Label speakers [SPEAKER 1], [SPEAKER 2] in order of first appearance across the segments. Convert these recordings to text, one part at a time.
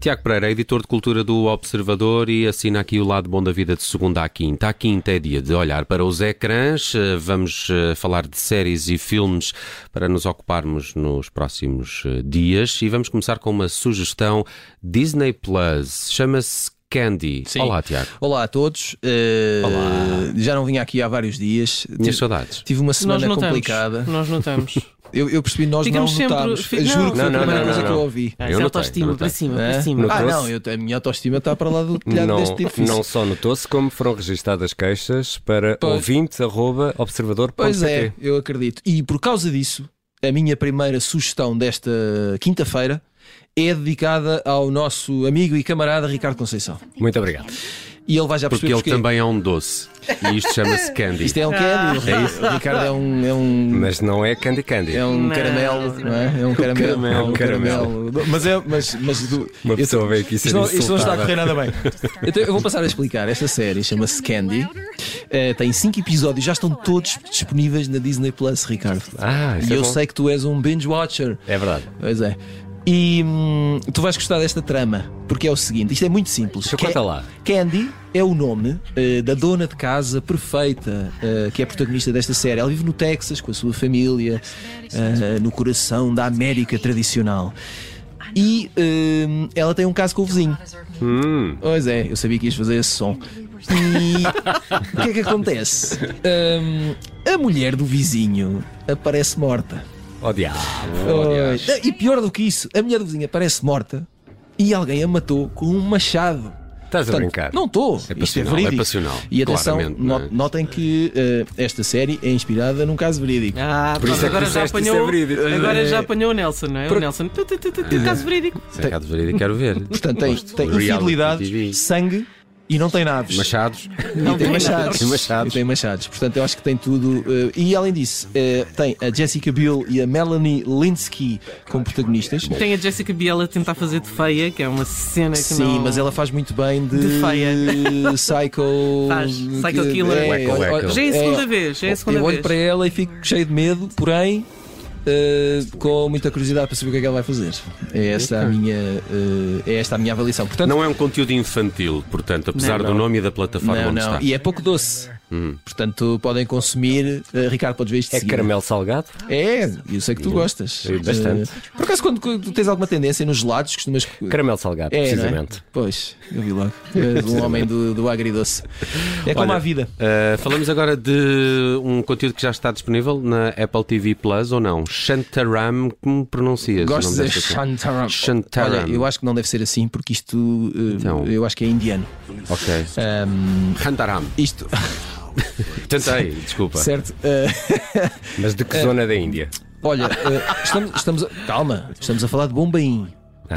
[SPEAKER 1] Tiago Pereira, editor de cultura do Observador e assina aqui o lado bom da vida de segunda à quinta. A quinta é dia de olhar para os ecrãs, Eh, vamos falar de séries e filmes para nos ocuparmos nos próximos eh, dias e vamos começar com uma sugestão Disney Plus. Chama-se Candy.
[SPEAKER 2] Sim.
[SPEAKER 1] Olá, Tiago.
[SPEAKER 2] Olá a todos. Uh,
[SPEAKER 1] Olá.
[SPEAKER 2] Já não vim aqui há vários dias.
[SPEAKER 1] Minhas
[SPEAKER 2] Tive,
[SPEAKER 1] saudades.
[SPEAKER 2] tive uma semana
[SPEAKER 3] notamos.
[SPEAKER 2] complicada.
[SPEAKER 3] Nós notamos.
[SPEAKER 2] Eu, eu percebi, nós
[SPEAKER 3] Digamos
[SPEAKER 2] não
[SPEAKER 3] sempre-
[SPEAKER 2] notámos.
[SPEAKER 3] fi-
[SPEAKER 2] Juro que foi
[SPEAKER 1] não,
[SPEAKER 2] a
[SPEAKER 1] não,
[SPEAKER 2] primeira
[SPEAKER 1] não,
[SPEAKER 2] coisa
[SPEAKER 1] não.
[SPEAKER 2] que eu ouvi.
[SPEAKER 1] Eu
[SPEAKER 3] Ah, isso é
[SPEAKER 1] notei,
[SPEAKER 3] autoestima,
[SPEAKER 1] notei.
[SPEAKER 3] para cima,
[SPEAKER 2] Hã?
[SPEAKER 3] para cima.
[SPEAKER 2] Ah,
[SPEAKER 1] trouxe.
[SPEAKER 2] não, eu- a minha autoestima está para lá do telhado
[SPEAKER 1] não,
[SPEAKER 2] deste edifício.
[SPEAKER 1] não só no
[SPEAKER 4] Notou-se como foram registadas queixas para
[SPEAKER 2] Pois.
[SPEAKER 4] ouvinte.observador.pt.
[SPEAKER 2] Pois é, eu acredito. E por causa disso, a minha primeira sugestão desta quinta-feira é dedicada ao nosso amigo e camarada Ricardo Conceição.
[SPEAKER 4] Muito obrigado.
[SPEAKER 2] E ele vai já
[SPEAKER 1] porque
[SPEAKER 2] perceber
[SPEAKER 1] ele
[SPEAKER 2] porquê.
[SPEAKER 1] também é um doce e isto chama-se Candy.
[SPEAKER 2] Isto é um candy, o Ricardo é um, é um
[SPEAKER 4] Mas não é Candy Candy.
[SPEAKER 2] É um
[SPEAKER 3] Não,
[SPEAKER 2] caramelo, não é? É um caramelo.
[SPEAKER 4] caramelo.
[SPEAKER 2] É um caramelo. Mas é. Mas, mas do,
[SPEAKER 4] Uma pessoa veio aqui ser
[SPEAKER 2] isto, não, isto não está a
[SPEAKER 4] insultada.
[SPEAKER 2] correr nada bem. Então eu vou passar a explicar. Esta série chama-se Candy. Eh, tem cinco episódios, já estão todos disponíveis na Disney Plus, Ricardo.
[SPEAKER 4] Ah, isso
[SPEAKER 2] E
[SPEAKER 4] é
[SPEAKER 2] eu
[SPEAKER 4] bom.
[SPEAKER 2] sei que tu és um binge watcher.
[SPEAKER 4] É verdade.
[SPEAKER 2] Pois é. E hum, tu vais gostar desta trama, porque é o seguinte: isto é muito simples.
[SPEAKER 4] Deixa eu contar
[SPEAKER 2] Ca-
[SPEAKER 4] lá.
[SPEAKER 2] Candy é o nome eh, da dona de casa perfeita eh, que é protagonista desta série. Ela vive no Texas com a sua família, eh, no coração da América tradicional. E hum, ela tem um caso com o vizinho.
[SPEAKER 4] Hum,
[SPEAKER 2] Pois é, eu sabia que ias fazer esse som. E o que é que acontece? Hum, a mulher do vizinho aparece morta.
[SPEAKER 4] oh diabo.
[SPEAKER 2] Pois. E pior do que isso, a mulher do vizinho aparece morta e alguém a matou com um machado.
[SPEAKER 4] Estás a
[SPEAKER 2] Portanto,
[SPEAKER 4] brincar.
[SPEAKER 2] Não estou. Isto é
[SPEAKER 1] passional,
[SPEAKER 2] verídico.
[SPEAKER 1] é passional,
[SPEAKER 2] E atenção,
[SPEAKER 1] claramente,
[SPEAKER 2] no-
[SPEAKER 1] não é?
[SPEAKER 2] notem que eh, esta série é inspirada num caso verídico.
[SPEAKER 3] Ah,
[SPEAKER 4] Por
[SPEAKER 3] pronto,
[SPEAKER 4] isso é que
[SPEAKER 3] agora já
[SPEAKER 4] disseste isso é
[SPEAKER 3] apanhou.
[SPEAKER 4] verídico.
[SPEAKER 3] Agora já apanhou o Nelson, não é? O Nelson. Tu, tu, tu, tu, tu, Caso verídico.
[SPEAKER 1] Sem caso verídico, quero é ver.
[SPEAKER 2] Portanto, tem, tem
[SPEAKER 1] Reality TV.
[SPEAKER 2] infidelidades, sangue e não tem naves.
[SPEAKER 1] Machados.
[SPEAKER 2] E tem machados.
[SPEAKER 4] Tem
[SPEAKER 2] E
[SPEAKER 4] machados.
[SPEAKER 2] tem machados. Portanto, eu acho que tem tudo. eh, e além disso, eh, tem a Jessica Biel e a Melanie Linsky como protagonistas.
[SPEAKER 3] Tem a Jessica Biel a tentar fazer de feia, que é uma cena que
[SPEAKER 2] Sim,
[SPEAKER 3] não...
[SPEAKER 2] mas ela faz muito bem de,
[SPEAKER 3] De feia.
[SPEAKER 2] psycho.
[SPEAKER 3] Faz. Psycho killer.
[SPEAKER 2] É,
[SPEAKER 4] Wacko,
[SPEAKER 2] olha-
[SPEAKER 4] wacko.
[SPEAKER 3] Já é a
[SPEAKER 2] é,
[SPEAKER 3] segunda vez, já é a segunda
[SPEAKER 2] eu olho
[SPEAKER 3] vez.
[SPEAKER 2] para ela e fico cheio de medo, porém. uh, com muita curiosidade para saber o que é que ela vai fazer. É esta a minha, uh, é esta a minha avaliação. Portanto,
[SPEAKER 1] Não é um conteúdo infantil, portanto, apesar do nome e da plataforma
[SPEAKER 2] não,
[SPEAKER 1] onde
[SPEAKER 2] não.
[SPEAKER 1] está.
[SPEAKER 2] E é pouco doce.
[SPEAKER 1] Hum.
[SPEAKER 2] Portanto, podem consumir. Uh, Ricardo, podes ver isto de
[SPEAKER 4] É
[SPEAKER 2] seguida.
[SPEAKER 4] caramelo salgado?
[SPEAKER 2] É, eu sei que tu gostas.
[SPEAKER 4] eu bastante.
[SPEAKER 2] Uh, por acaso, quando tu tens alguma tendência nos gelados, costumas.
[SPEAKER 4] Caramelo salgado,
[SPEAKER 2] É, não é?
[SPEAKER 4] precisamente.
[SPEAKER 2] Pois, eu vi logo. És um homem do, do agridoce. É como
[SPEAKER 1] Olha,
[SPEAKER 2] a vida.
[SPEAKER 1] Uh, falamos agora de um conteúdo que já está disponível na Apple TV Plus ou não? Shantaram, como pronuncias?
[SPEAKER 2] Gosto
[SPEAKER 1] o
[SPEAKER 2] de
[SPEAKER 1] nome
[SPEAKER 2] dizer
[SPEAKER 1] desta série?
[SPEAKER 2] Shantaram.
[SPEAKER 1] Shantaram.
[SPEAKER 2] Olha, eu acho que não deve ser assim porque isto. uh,
[SPEAKER 1] Então.
[SPEAKER 2] Eu acho que é indiano.
[SPEAKER 1] Ok.
[SPEAKER 2] Um,
[SPEAKER 1] Shantaram.
[SPEAKER 2] isto,
[SPEAKER 1] Tentei, desculpa.
[SPEAKER 2] certo? uh,
[SPEAKER 4] Mas de que zona da Índia?
[SPEAKER 2] olha, uh, estamos, estamos a, calma, estamos a falar de Bombaim.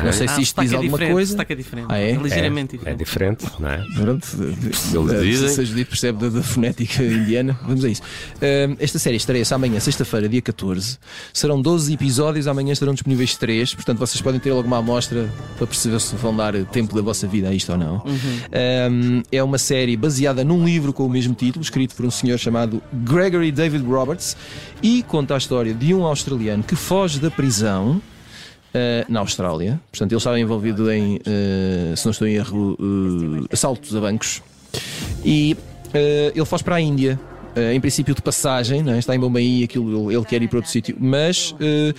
[SPEAKER 2] Não sei
[SPEAKER 3] Ah,
[SPEAKER 2] se
[SPEAKER 3] o
[SPEAKER 2] isto
[SPEAKER 3] sotaque
[SPEAKER 2] diz
[SPEAKER 3] é
[SPEAKER 2] alguma
[SPEAKER 3] diferente, o
[SPEAKER 2] coisa.
[SPEAKER 3] sotaque é diferente.
[SPEAKER 2] Ah, é?
[SPEAKER 3] ligeiramente
[SPEAKER 4] É
[SPEAKER 3] diferente.
[SPEAKER 4] diferente, não é?
[SPEAKER 2] Pronto, eh,
[SPEAKER 1] dizem.
[SPEAKER 2] se a Judite percebe da, da fonética indiana, vamos a isso. Eh, esta série estreia-se amanhã, sexta-feira, dia 14. Serão 12 episódios, amanhã estarão disponíveis 3. Portanto, vocês podem ter alguma amostra para perceber se vão dar tempo da vossa vida a isto ou não. Eh, é uma série baseada num livro com o mesmo título, escrito por um senhor chamado Gregory David Roberts, e conta a história de um australiano que foge da prisão. Uh, na Austrália. Portanto, ele estava envolvido em, uh, se não estou em erro, uh, assaltos a bancos. E uh, ele foge para a Índia. Uh, em princípio de passagem, não é? está em Bombaí, aquilo, ele, ele quer ir para outro sítio, mas uh,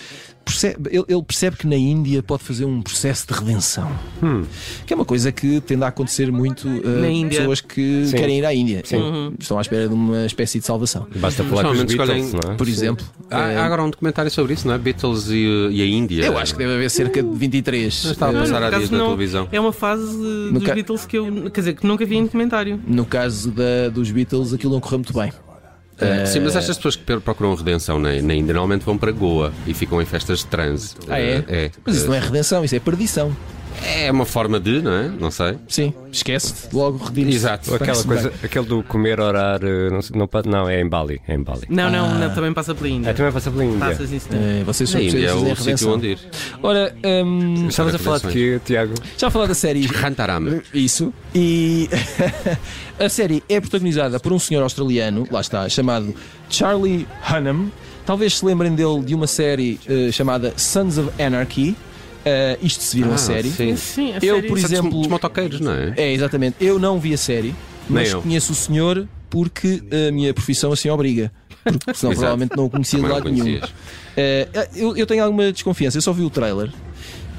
[SPEAKER 2] percebe- ele, ele percebe que na Índia pode fazer um processo de redenção,
[SPEAKER 4] Hum.
[SPEAKER 2] que é uma coisa que tende a acontecer muito uh,
[SPEAKER 3] Na Índia. Uhum.
[SPEAKER 2] pessoas que
[SPEAKER 4] Sim.
[SPEAKER 2] querem ir à Índia,
[SPEAKER 4] Sim. Uhum.
[SPEAKER 2] estão à espera de uma espécie de salvação,
[SPEAKER 4] Basta falar com os
[SPEAKER 1] Normalmente escolhem-
[SPEAKER 4] Beatles, não é?
[SPEAKER 2] por exemplo.
[SPEAKER 1] Há, há agora um documentário sobre isso, não é? Beatles e, uh, e a Índia.
[SPEAKER 2] Eu acho que deve haver cerca de 23.
[SPEAKER 1] Estava a
[SPEAKER 2] uh,
[SPEAKER 1] passar
[SPEAKER 3] por
[SPEAKER 1] há
[SPEAKER 3] acaso
[SPEAKER 1] dias na
[SPEAKER 3] não.
[SPEAKER 1] televisão.
[SPEAKER 3] É uma fase eh, dos
[SPEAKER 2] Nunca-
[SPEAKER 3] Beatles que eu, quer dizer, que nunca vi em documentário.
[SPEAKER 2] No caso da- dos Beatles, aquilo não correu muito bem.
[SPEAKER 1] Uh, Sim, mas estas pessoas que per- procuram redenção na, na Índia normalmente vão para Goa e ficam em festas de transe.
[SPEAKER 2] Ah, é?
[SPEAKER 1] Uh, é.
[SPEAKER 2] Mas isso não é redenção, isso é perdição.
[SPEAKER 1] É uma forma de, não é? Não sei.
[SPEAKER 2] Sim, esquece-te, logo redime
[SPEAKER 1] Exato.
[SPEAKER 4] Aquela
[SPEAKER 2] Parece-me
[SPEAKER 4] coisa, aquele do comer, orar, eh, não, sei- não, pode- não, é em Bali, é em Bali.
[SPEAKER 3] Não, não, não, também passa pela
[SPEAKER 4] É,
[SPEAKER 3] Índia.
[SPEAKER 4] também passa pela Índia.
[SPEAKER 3] Passas isso né? também.
[SPEAKER 2] É, vocês
[SPEAKER 1] A
[SPEAKER 2] são
[SPEAKER 1] Índia é
[SPEAKER 2] especialistas em
[SPEAKER 1] o sítio
[SPEAKER 2] redenção.
[SPEAKER 1] onde ir.
[SPEAKER 2] Ora, hum,
[SPEAKER 4] Estavas a falar de quê, Tiago?
[SPEAKER 2] já falar da série
[SPEAKER 1] Rantaram.
[SPEAKER 2] Isso. E a série é protagonizada por um senhor australiano, lá está, chamado Charlie Hunnam. Talvez se lembrem dele de uma série eh, chamada Sons of Anarchy. Eh, isto se viram a série.
[SPEAKER 1] Ah, Sim.
[SPEAKER 3] Sim, a
[SPEAKER 2] Eu,
[SPEAKER 3] sério.
[SPEAKER 2] por
[SPEAKER 1] Isso é dos-
[SPEAKER 2] exemplo-
[SPEAKER 1] dos motoqueiros, não é?
[SPEAKER 2] É, exatamente. Eu não vi a série, mas
[SPEAKER 1] Nem eu.
[SPEAKER 2] conheço o senhor porque a minha profissão assim obriga. Porque senão provavelmente não o conhecia de
[SPEAKER 1] Também não
[SPEAKER 2] lado nenhum.
[SPEAKER 1] conhecias.
[SPEAKER 2] Eh, eu, eu tenho alguma desconfiança, eu só vi o trailer.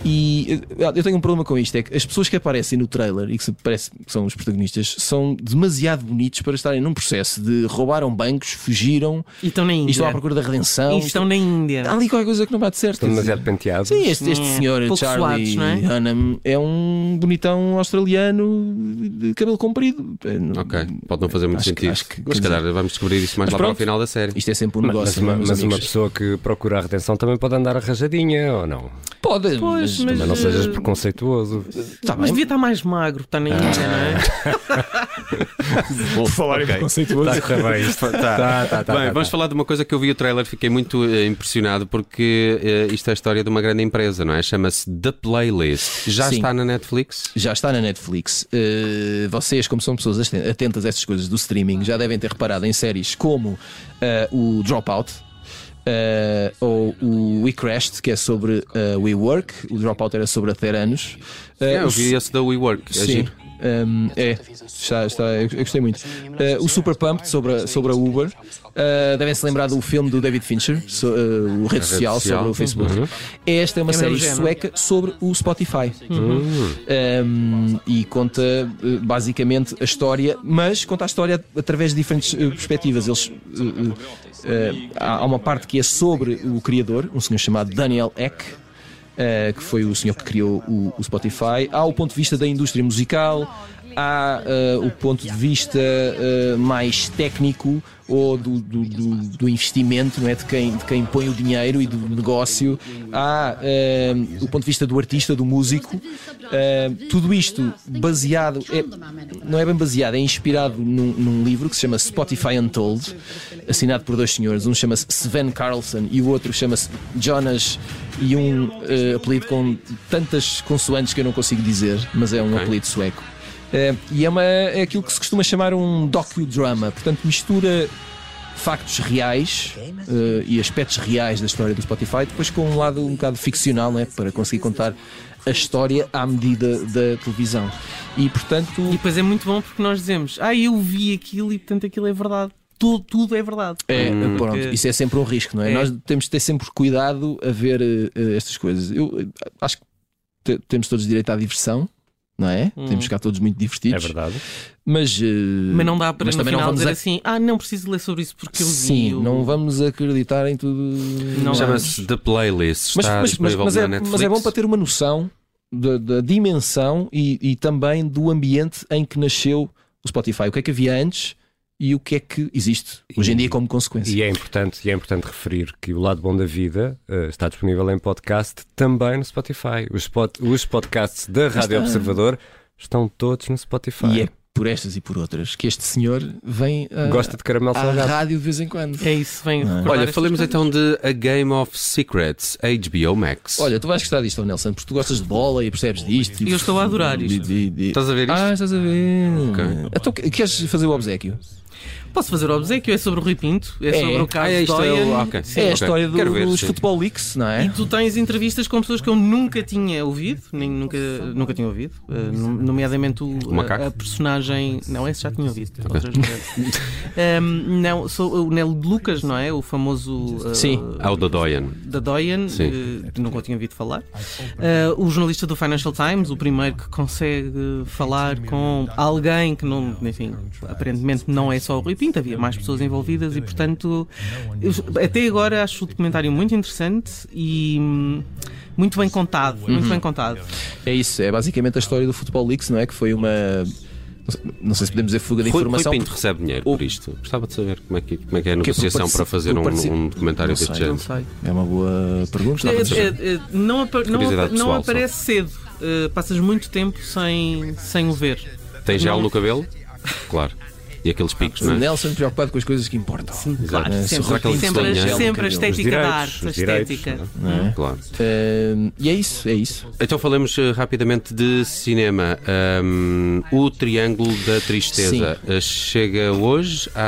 [SPEAKER 2] E eh, eu tenho um problema com isto: é que as pessoas que aparecem no trailer e que se parece que são os protagonistas são demasiado bonitos para estarem num processo de roubaram bancos, fugiram
[SPEAKER 3] E estão na
[SPEAKER 2] e estão à
[SPEAKER 3] Índia.
[SPEAKER 2] procura da redenção.
[SPEAKER 3] é. E estão na Índia.
[SPEAKER 2] Há ali qualquer coisa que não bate certo.
[SPEAKER 4] Estão
[SPEAKER 2] quer
[SPEAKER 1] é
[SPEAKER 2] dizer.
[SPEAKER 4] demasiado penteados.
[SPEAKER 2] Sim, este, este
[SPEAKER 3] É,
[SPEAKER 2] senhor
[SPEAKER 3] pouco
[SPEAKER 2] Charlie
[SPEAKER 3] suados, não é?
[SPEAKER 2] Hunnam é um bonitão australiano de cabelo comprido. É, não-
[SPEAKER 1] Ok, pode não fazer muito
[SPEAKER 2] Acho que-
[SPEAKER 1] sentido.
[SPEAKER 2] acho que-
[SPEAKER 1] Mas se calhar vamos descobrir isso mais
[SPEAKER 2] Mas
[SPEAKER 1] lá para o
[SPEAKER 2] pronto.
[SPEAKER 1] final da série.
[SPEAKER 2] Isto é sempre um
[SPEAKER 4] Mas,
[SPEAKER 2] negócio.
[SPEAKER 4] mas uma,
[SPEAKER 2] não é, meus
[SPEAKER 4] mas uma
[SPEAKER 2] amigos?
[SPEAKER 4] pessoa que procura a retenção também pode andar arranjadinha, ou não?
[SPEAKER 2] pode,
[SPEAKER 3] Pois,
[SPEAKER 2] mas,
[SPEAKER 4] Mas não
[SPEAKER 3] eh,
[SPEAKER 4] sejas preconceituoso.
[SPEAKER 2] Tá Ah.
[SPEAKER 3] Mas
[SPEAKER 2] bem.
[SPEAKER 3] devia estar mais magro, está na Índia, não é?
[SPEAKER 2] Por Tá, falar em
[SPEAKER 4] Está a correr bem isto. Tá, tá, tá,
[SPEAKER 1] Bem,
[SPEAKER 4] tá,
[SPEAKER 1] vamos
[SPEAKER 4] tá.
[SPEAKER 1] falar de uma coisa que eu vi o trailer, fiquei muito eh, impressionado porque eh, isto é a história de uma grande empresa, não é? Chama-se The Playlist. Já
[SPEAKER 2] Sim.
[SPEAKER 1] está na Netflix?
[SPEAKER 2] Já está na Netflix. Eh, vocês, como são pessoas asten- atentas a essas coisas do streaming, já devem ter reparado em séries como eh, o Dropout. eh, ou o We Crashed, que é sobre eh, We Work, o Dropout era sobre a Teranos. Eh,
[SPEAKER 1] É, eu
[SPEAKER 2] o
[SPEAKER 1] vi esse da WeWork. É
[SPEAKER 2] Sim.
[SPEAKER 1] giro.
[SPEAKER 2] Um, é, está, está, eu, eu gostei muito. Uh, o Super Pumped sobre a, sobre a Uber. Uh, Devem-se lembrar do filme do David Fincher, so- uh, o rede social,
[SPEAKER 1] social. Uhum.
[SPEAKER 2] sobre o Facebook. Esta é uma
[SPEAKER 3] É
[SPEAKER 2] série
[SPEAKER 3] mesmo género.
[SPEAKER 2] sueca sobre o Spotify. Um, e conta uh, basicamente a história, mas conta a história através de diferentes uh, perspectivas. Eles, uh, uh, uh, há há uma parte que é sobre o criador, um senhor chamado Daniel Eck. Uh, que foi o senhor que criou o, o Spotify. Há o ponto de vista da indústria musical, há uh, o ponto de vista uh, mais técnico ou do, do- do- do investimento, não é? de, quem, de quem põe o dinheiro e do negócio, há uh, o ponto de vista do artista, do músico. Uh, tudo isto baseado, é- não é bem baseado, é inspirado num, num livro que se chama Spotify Untold, assinado por dois senhores. Um chama-se Sven Carlson e o outro chama-se Jonas e um eh, apelido com tantas consoantes que eu não consigo dizer, mas é um
[SPEAKER 1] Ok.
[SPEAKER 2] apelido sueco. Eh, e é, uma, é aquilo que se costuma chamar um docudrama, portanto mistura factos reais eh, e aspectos reais da história do Spotify, depois com um lado um bocado ficcional, não é? para conseguir contar a história à medida da televisão. E portanto,
[SPEAKER 3] E depois é muito bom porque nós dizemos, ah, eu vi aquilo e portanto aquilo é verdade. Tudo, tudo é verdade.
[SPEAKER 2] É, pronto,
[SPEAKER 3] Porque-
[SPEAKER 2] isso é sempre um risco, não é?
[SPEAKER 3] É.
[SPEAKER 2] Nós temos de ter sempre cuidado a ver eh, eh, estas coisas. Eu eh, acho que te- temos todos direito à diversão, não é?
[SPEAKER 3] Hum.
[SPEAKER 2] Temos que ficar todos muito
[SPEAKER 4] É
[SPEAKER 2] divertidos,
[SPEAKER 4] verdade.
[SPEAKER 2] mas, eh,
[SPEAKER 3] Mas não dá para
[SPEAKER 2] mas
[SPEAKER 3] no
[SPEAKER 2] também não
[SPEAKER 3] final
[SPEAKER 2] vamos
[SPEAKER 3] dizer
[SPEAKER 2] a-
[SPEAKER 3] assim, ah, não preciso ler sobre isso porque eu vi.
[SPEAKER 2] sim,
[SPEAKER 3] o-
[SPEAKER 2] não vamos acreditar em tudo.
[SPEAKER 3] Não é. vamos.
[SPEAKER 1] Chama-se The Playlist.
[SPEAKER 2] Mas,
[SPEAKER 1] Está
[SPEAKER 2] mas- mas-
[SPEAKER 1] disponível
[SPEAKER 2] mas
[SPEAKER 1] na
[SPEAKER 2] é,
[SPEAKER 1] Netflix.
[SPEAKER 2] mas é bom para ter uma noção da, da dimensão e, e também do ambiente em que nasceu o Spotify. O que é que havia antes e o que é que existe hoje em dia como consequência.
[SPEAKER 4] E é importante, e é importante referir que o Lado Bom da Vida eh, está disponível em podcast também no Spotify. Os, pod- os podcasts da Rádio
[SPEAKER 2] está.
[SPEAKER 4] Observador estão todos no Spotify.
[SPEAKER 2] E é por estas e por outras que este senhor vem a,
[SPEAKER 4] Gosta de caramelo
[SPEAKER 2] à
[SPEAKER 4] salgado.
[SPEAKER 2] rádio de vez em quando.
[SPEAKER 3] É isso, vem.
[SPEAKER 2] Não é?
[SPEAKER 3] recordar
[SPEAKER 1] Olha,
[SPEAKER 3] estas
[SPEAKER 1] falemos
[SPEAKER 3] coisas.
[SPEAKER 1] então de A Game of Secrets, HBO Max.
[SPEAKER 2] Olha, tu vais gostar disto, oh, Nelson, porque tu gostas de bola e percebes disto.
[SPEAKER 3] Eu estou a adorar isto.
[SPEAKER 2] De- de- de-
[SPEAKER 1] Estás a
[SPEAKER 4] Então,
[SPEAKER 1] ver isto?
[SPEAKER 4] é
[SPEAKER 2] Ah, estás a ver.
[SPEAKER 1] Ok.
[SPEAKER 2] Então, que- queres fazer o obsequio?
[SPEAKER 3] Posso fazer o obsequio? É sobre o Rui Pinto, é,
[SPEAKER 2] então- É.
[SPEAKER 3] sobre o
[SPEAKER 1] Ah,
[SPEAKER 3] Carlos
[SPEAKER 1] é, isto é o- ok.
[SPEAKER 3] Doyen.
[SPEAKER 2] é a
[SPEAKER 1] Ok.
[SPEAKER 2] história do-
[SPEAKER 1] Quero ver,
[SPEAKER 2] dos
[SPEAKER 1] sim.
[SPEAKER 2] Futebol Leaks, não é?
[SPEAKER 3] E tu tens entrevistas com pessoas que eu nunca tinha ouvido, nem nunca, nunca tinha ouvido, eh, no- nomeadamente o, eh,
[SPEAKER 1] macaco?
[SPEAKER 3] a, a personagem. Não, esse já tinha ouvido. outras vezes. Ehm, não, sou o Nelo de Lucas, não é? O famoso. eh,
[SPEAKER 2] Sim.
[SPEAKER 1] Ao da É Doyen.
[SPEAKER 3] Da Doyen,
[SPEAKER 1] Sim.
[SPEAKER 3] eh, que nunca tinha ouvido falar.
[SPEAKER 4] um
[SPEAKER 3] Eh, o jornalista do Financial Times, o primeiro que consegue falar com alguém que não, enfim, aparentemente não é só o Rui Pinto, havia mais pessoas envolvidas e, portanto, eu- até agora acho o documentário muito interessante e hum, muito bem contado. Muito
[SPEAKER 1] Uhum.
[SPEAKER 3] bem contado.
[SPEAKER 2] É isso, é basicamente a história do Futebol Leaks, não é? Que foi uma. não sei- Não sei se podemos dizer fuga de
[SPEAKER 1] Rui, Rui
[SPEAKER 2] informação.
[SPEAKER 1] Pinto recebe dinheiro por isto. Gostava de saber como é que, como é, que é a negociação
[SPEAKER 2] participa-
[SPEAKER 1] para fazer
[SPEAKER 2] por
[SPEAKER 1] um,
[SPEAKER 2] participa-
[SPEAKER 1] um documentário
[SPEAKER 2] Não
[SPEAKER 1] deste
[SPEAKER 2] sei.
[SPEAKER 1] género.
[SPEAKER 3] Não sei.
[SPEAKER 2] É uma boa pergunta.
[SPEAKER 3] Eh, eh, eh, não, apa- não, apa-
[SPEAKER 1] Curiosidade
[SPEAKER 3] não
[SPEAKER 1] pessoal,
[SPEAKER 3] aparece cedo. eh, passas muito tempo sem, sem o ver.
[SPEAKER 1] Tem gel
[SPEAKER 3] Não.
[SPEAKER 1] no cabelo? Claro. E aqueles picos, não é?
[SPEAKER 2] Nelson preocupado com as coisas que importam.
[SPEAKER 3] Sim,
[SPEAKER 1] Exato.
[SPEAKER 3] claro.
[SPEAKER 2] É, só
[SPEAKER 1] aquele né?
[SPEAKER 3] Sempre, sempre,
[SPEAKER 1] desenho,
[SPEAKER 3] sempre a
[SPEAKER 2] os
[SPEAKER 3] estética da arte, a
[SPEAKER 4] os direitos,
[SPEAKER 3] estética.
[SPEAKER 4] não é?
[SPEAKER 2] não é?
[SPEAKER 1] Claro.
[SPEAKER 2] Eh, e é isso, é isso.
[SPEAKER 1] Então falamos eh, rapidamente de cinema. Ahm, o Triângulo da Tristeza eh, chega hoje
[SPEAKER 2] É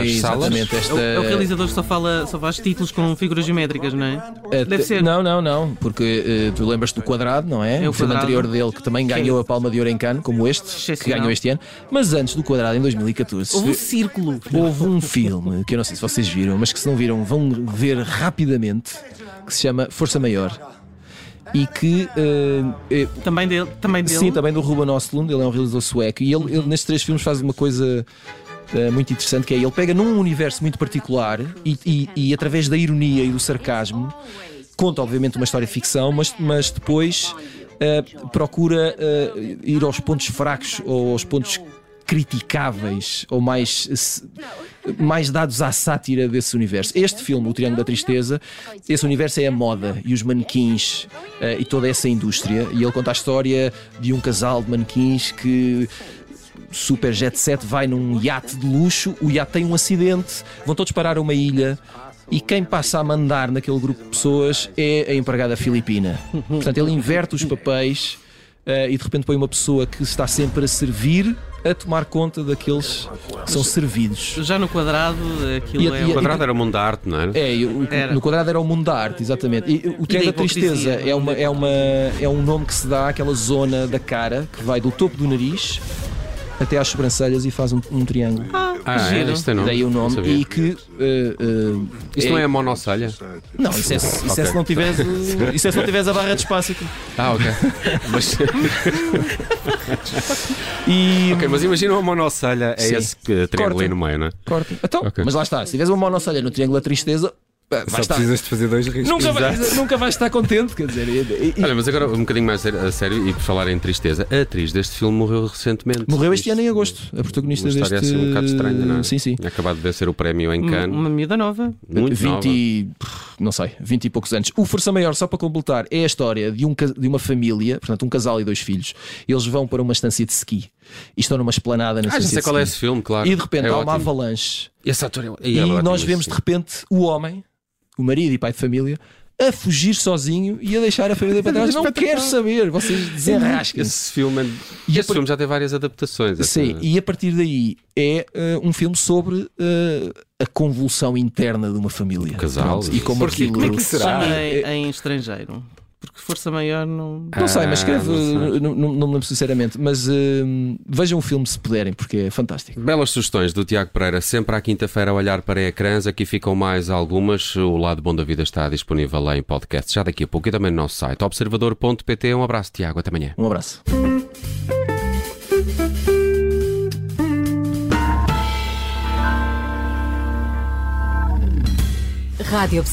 [SPEAKER 1] às salas.
[SPEAKER 2] exatamente esta.
[SPEAKER 3] É o, é o realizador que só fala, só faz títulos com figuras geométricas, não é?
[SPEAKER 2] Eh,
[SPEAKER 3] Deve
[SPEAKER 2] te-
[SPEAKER 3] ser.
[SPEAKER 2] Não, não, não, porque eh, tu lembras-te do Quadrado, não é?
[SPEAKER 3] É o
[SPEAKER 2] o filme
[SPEAKER 3] Quadrado.
[SPEAKER 2] anterior dele que também ganhou a Palma de Ouro em Cannes, como este, que
[SPEAKER 3] Excepcional.
[SPEAKER 2] ganhou este ano. Mas antes do Quadrado, em 2014,
[SPEAKER 3] Houve um círculo.
[SPEAKER 2] houve um filme que eu não sei se vocês viram, mas que se não viram vão ver rapidamente, que se chama Força Maior. E que eh, eh,
[SPEAKER 3] Também dele. Também dele.
[SPEAKER 2] Sim, também do Ruben Östlund, ele é um realizador sueco e ele, ele nestes três filmes faz uma coisa eh, muito interessante que é ele pega num universo muito particular e, e- e através da ironia e do sarcasmo conta obviamente uma história de ficção, mas, mas depois eh, procura eh, ir aos pontos fracos ou aos pontos criticáveis ou mais eh, se- mais dados à sátira desse universo. Este filme, O Triângulo da Tristeza, esse universo é a moda e os manequins eh, e toda essa indústria. E ele conta a história de um casal de manequins que. Super Jet 7 vai num iate de luxo, o iate tem um acidente, vão todos parar a uma ilha e quem passa a mandar naquele grupo de pessoas é a empregada filipina. Portanto, ele inverte os papéis eh, e de repente põe uma pessoa que está sempre a servir a tomar conta daqueles que são servidos.
[SPEAKER 3] Já no quadrado, aquilo
[SPEAKER 2] E-
[SPEAKER 3] é.
[SPEAKER 2] e-
[SPEAKER 1] O
[SPEAKER 3] uma-
[SPEAKER 1] quadrado era o mundo da arte, não era?
[SPEAKER 2] É, e o-
[SPEAKER 3] Era.
[SPEAKER 2] no quadrado era o mundo da arte, exatamente. E o Triângulo da
[SPEAKER 3] hipocrisia,
[SPEAKER 2] Tristeza
[SPEAKER 3] não é?
[SPEAKER 2] é, uma, é, uma, é um nome que se dá àquela zona da cara que vai do topo do nariz até às sobrancelhas e faz um, um triângulo.
[SPEAKER 1] Ah,
[SPEAKER 3] Giro.
[SPEAKER 1] é, isto é nome.
[SPEAKER 2] Daí o
[SPEAKER 1] Não
[SPEAKER 2] nome.
[SPEAKER 1] sabia.
[SPEAKER 2] E que. eh, eh,
[SPEAKER 1] Isto não é a monocelha?
[SPEAKER 2] Não, isso é, se- isso é se não tiveres, o- isso é se não tiveres a barra de espaço. aqui.
[SPEAKER 1] Ah, ok. mas,
[SPEAKER 2] E.
[SPEAKER 1] ok, mas imagina uma monocelha, é
[SPEAKER 2] Sim.
[SPEAKER 1] esse que triângulo aí
[SPEAKER 2] Corta.
[SPEAKER 1] no meio, não é?
[SPEAKER 2] Corta. Então,
[SPEAKER 1] Ok.
[SPEAKER 2] mas lá está. Se tiveres uma monocelha no Triângulo da Tristeza, eh,
[SPEAKER 4] Só
[SPEAKER 2] vai estar.
[SPEAKER 4] precisas de fazer dois riscos.
[SPEAKER 2] Nunca vais, nunca vais estar contente, quer dizer. e- e-
[SPEAKER 1] Olha, mas agora um bocadinho mais a sério e por falar em tristeza, a atriz deste filme morreu recentemente.
[SPEAKER 2] Morreu este
[SPEAKER 1] Isto-
[SPEAKER 2] ano em agosto, a protagonista
[SPEAKER 1] uma
[SPEAKER 2] deste.
[SPEAKER 1] história assim um bocado estranha, não é?
[SPEAKER 2] Sim, sim.
[SPEAKER 1] Tinha Acabado de vencer o prémio em
[SPEAKER 3] uma,
[SPEAKER 1] Cannes.
[SPEAKER 3] uma miúda nova.
[SPEAKER 1] Muito
[SPEAKER 2] 20
[SPEAKER 1] nova.
[SPEAKER 2] e, pff, não sei, 20 e poucos anos. O Força Maior, só para completar, é a história de, um, ca- de uma família, portanto, um casal e dois filhos. Eles vão para uma estância de ski e estão numa esplanada na
[SPEAKER 1] Ah, já
[SPEAKER 2] estância
[SPEAKER 1] sei
[SPEAKER 2] de
[SPEAKER 1] qual é
[SPEAKER 2] ski.
[SPEAKER 1] esse filme, claro.
[SPEAKER 2] E de repente
[SPEAKER 1] é
[SPEAKER 2] há uma
[SPEAKER 1] ótimo.
[SPEAKER 2] avalanche
[SPEAKER 1] Esse ator é-
[SPEAKER 2] e,
[SPEAKER 1] ele é ótimo,
[SPEAKER 2] nós vemos
[SPEAKER 1] sim.
[SPEAKER 2] de repente o homem, o marido e pai de família, a fugir sozinho e a deixar a família para trás. Não quero saber, vocês desenrascam
[SPEAKER 1] Esse filme, é-
[SPEAKER 2] E
[SPEAKER 1] esse
[SPEAKER 2] a par-
[SPEAKER 1] filme já tem várias adaptações.
[SPEAKER 2] Sim,
[SPEAKER 1] essa-
[SPEAKER 2] e a partir daí é eh, um filme sobre eh, a convulsão interna de uma família.
[SPEAKER 1] casal.
[SPEAKER 2] e como
[SPEAKER 4] Porque-
[SPEAKER 2] aquilo
[SPEAKER 4] como é que
[SPEAKER 3] Se
[SPEAKER 4] Será?
[SPEAKER 3] chama em, em estrangeiro. Porque Força Maior não.
[SPEAKER 1] Ah,
[SPEAKER 2] Não sei, mas escreve,
[SPEAKER 1] não sei.
[SPEAKER 2] n- n- não, me lembro sinceramente, mas hum, vejam o filme se puderem, porque é fantástico.
[SPEAKER 1] Belas sugestões do Tiago Pereira, sempre à quinta-feira a olhar para ecrãs, aqui ficam mais algumas. O Lado Bom da Vida está disponível lá em podcast já daqui a pouco e também no nosso site observador.pt. Um abraço, Tiago, até amanhã.
[SPEAKER 2] Um abraço.
[SPEAKER 5] Rádio Observador.